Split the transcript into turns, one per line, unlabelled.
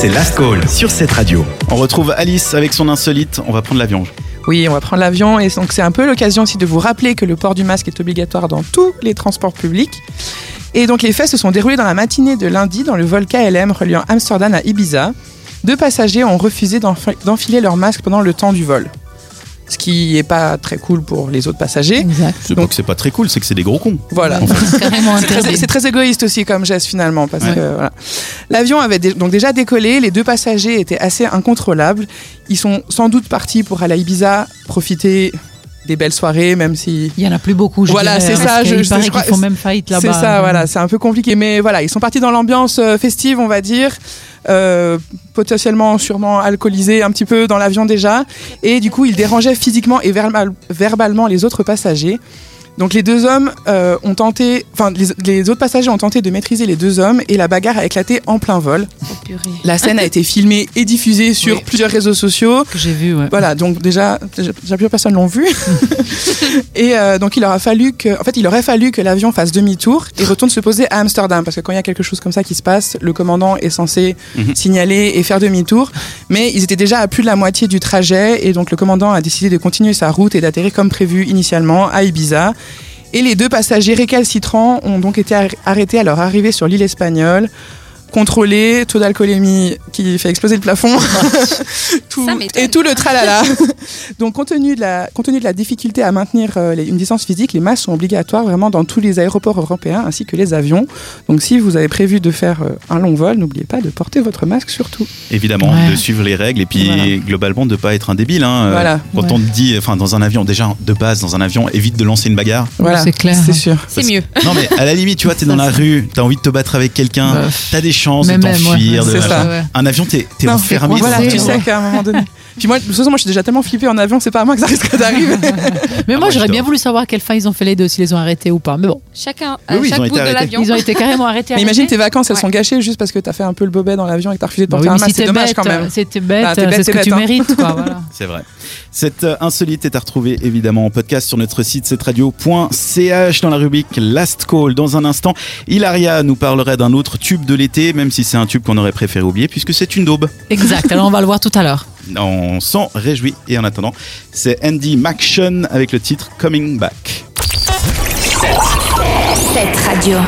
c'est Last Call sur cette radio. On retrouve Alice avec son insolite. On va prendre l'avion.
Oui, on va prendre l'avion et donc c'est un peu l'occasion aussi de vous rappeler que le port du masque est obligatoire dans tous les transports publics. Et donc les faits se sont déroulés dans la matinée de lundi dans le vol KLM reliant Amsterdam à Ibiza. Deux passagers ont refusé d'enf- d'enfiler leur masque pendant le temps du vol. Ce qui n'est pas très cool pour les autres passagers.
Exact.
C'est pas
Donc-
que c'est pas très cool, c'est que c'est des gros cons.
Voilà.
C'est carrément
C'est très,
interdit.
c'est très égoïste aussi comme geste finalement parce
Ouais.
que voilà. l'avion avait dé- donc déjà décollé, les deux passagers étaient assez incontrôlables. Ils sont sans doute partis pour aller à Ibiza profiter des belles soirées, même si
Il y en a plus beaucoup. Je
Voilà,
dirais,
c'est
parce
ça,
qu'il
je- je-
paraît
je crois-
qu'ils font même faillite là-bas.
c'est ça, voilà, c'est un peu compliqué. Mais voilà, ils sont partis dans l'ambiance euh, festive, on va dire, euh, potentiellement, sûrement alcoolisés un petit peu dans l'avion déjà, et du coup, ils dérangeaient physiquement et verbal- verbalement les autres passagers. Donc les deux hommes euh, ont tenté, enfin les, les autres passagers ont tenté de maîtriser les deux hommes et la bagarre a éclaté en plein vol.
Oh,
La scène a été filmée et diffusée sur
Oui.
plusieurs réseaux sociaux.
Que j'ai vu, ouais.
Voilà, donc déjà, déjà plusieurs personnes l'ont vu. et euh, donc il aura fallu que, en fait, il aurait fallu que l'avion fasse demi-tour et retourne se poser à Amsterdam, parce que quand il y a quelque chose comme ça qui se passe, le commandant est censé
Mhm.
signaler et faire demi-tour. Mais ils étaient déjà à plus de la moitié du trajet, et donc le commandant a décidé de continuer sa route et d'atterrir comme prévu initialement à Ibiza. Et les deux passagers récalcitrants ont donc été ar- arrêtés à leur arrivée sur l'île espagnole. Contrôlés, taux d'alcoolémie qui fait exploser le plafond, Tout-
Ça m'étonne.
et tout le tralala. Donc, compte tenu de la, compte tenu de la difficulté à maintenir euh, les- une distance physique, les masques sont obligatoires vraiment dans tous les aéroports européens ainsi que les avions. Donc, si vous avez prévu de faire euh, un long vol, n'oubliez pas de porter votre masque surtout.
Évidemment,
Ouais.
de suivre les règles et puis
Voilà.
globalement de pas être un débile. hein. Euh,
Voilà.
Quand
Ouais.
on te dit, enfin dans un avion déjà de base, dans un avion, évite de lancer une bagarre.
Voilà,
c'est clair.
C'est sûr.
C'est
Parce-
mieux.
Non mais à la limite, tu vois, t'es dans la rue, t'as envie de te battre avec quelqu'un,
Ouais.
t'as des chances
Mais
de
même,
t'enfuir.
ouais.
hein, de
C'est
machin.
ça.
ouais.
Un avion, t'es t'es
Non,
enfermé.
Voilà,
dans un
tu
endroit.
sais qu'à un moment donné. Puis moi, de toute façon, moi, je suis déjà tellement flippée en avion, c'est pas à moi que ça risque d'arriver.
Mais
Ah,
moi,
moi,
j'aurais
j'adore.
bien voulu savoir quelle fin ils ont fait les deux, s'ils les ont arrêtés ou pas. Mais bon,
Chacun
Oui,
à
oui, ils ont
chaque
été
bout de
arrêtés.
l'avion.
ils ont été carrément arrêtés.
Mais imagine tes vacances, elles
Ouais.
sont gâchées juste parce que t'as fait un peu le bobet dans l'avion et que t'as refusé de
Bah
porter
oui, mais
un
si
masque. C'est
t'es
dommage
bête,
quand même.
C'était bête,
Bah, t'es
euh,
bête,
c'est ce
t'es
que tu
bête, hein.
mérites, quoi. Voilà.
C'est vrai. Cette euh, insolite est à retrouver évidemment en podcast sur notre site cetteradio.ch dans la rubrique Last Call. Dans un instant, Hilaria nous parlerait d'un autre tube de l'été, même si c'est un tube qu'on aurait préféré oublier puisque c'est une daube.
Exact. Alors, on va le voir tout à l'heure.
On s'en réjouit et en attendant, c'est Andy McShun avec le titre Coming Back.
Cette radio.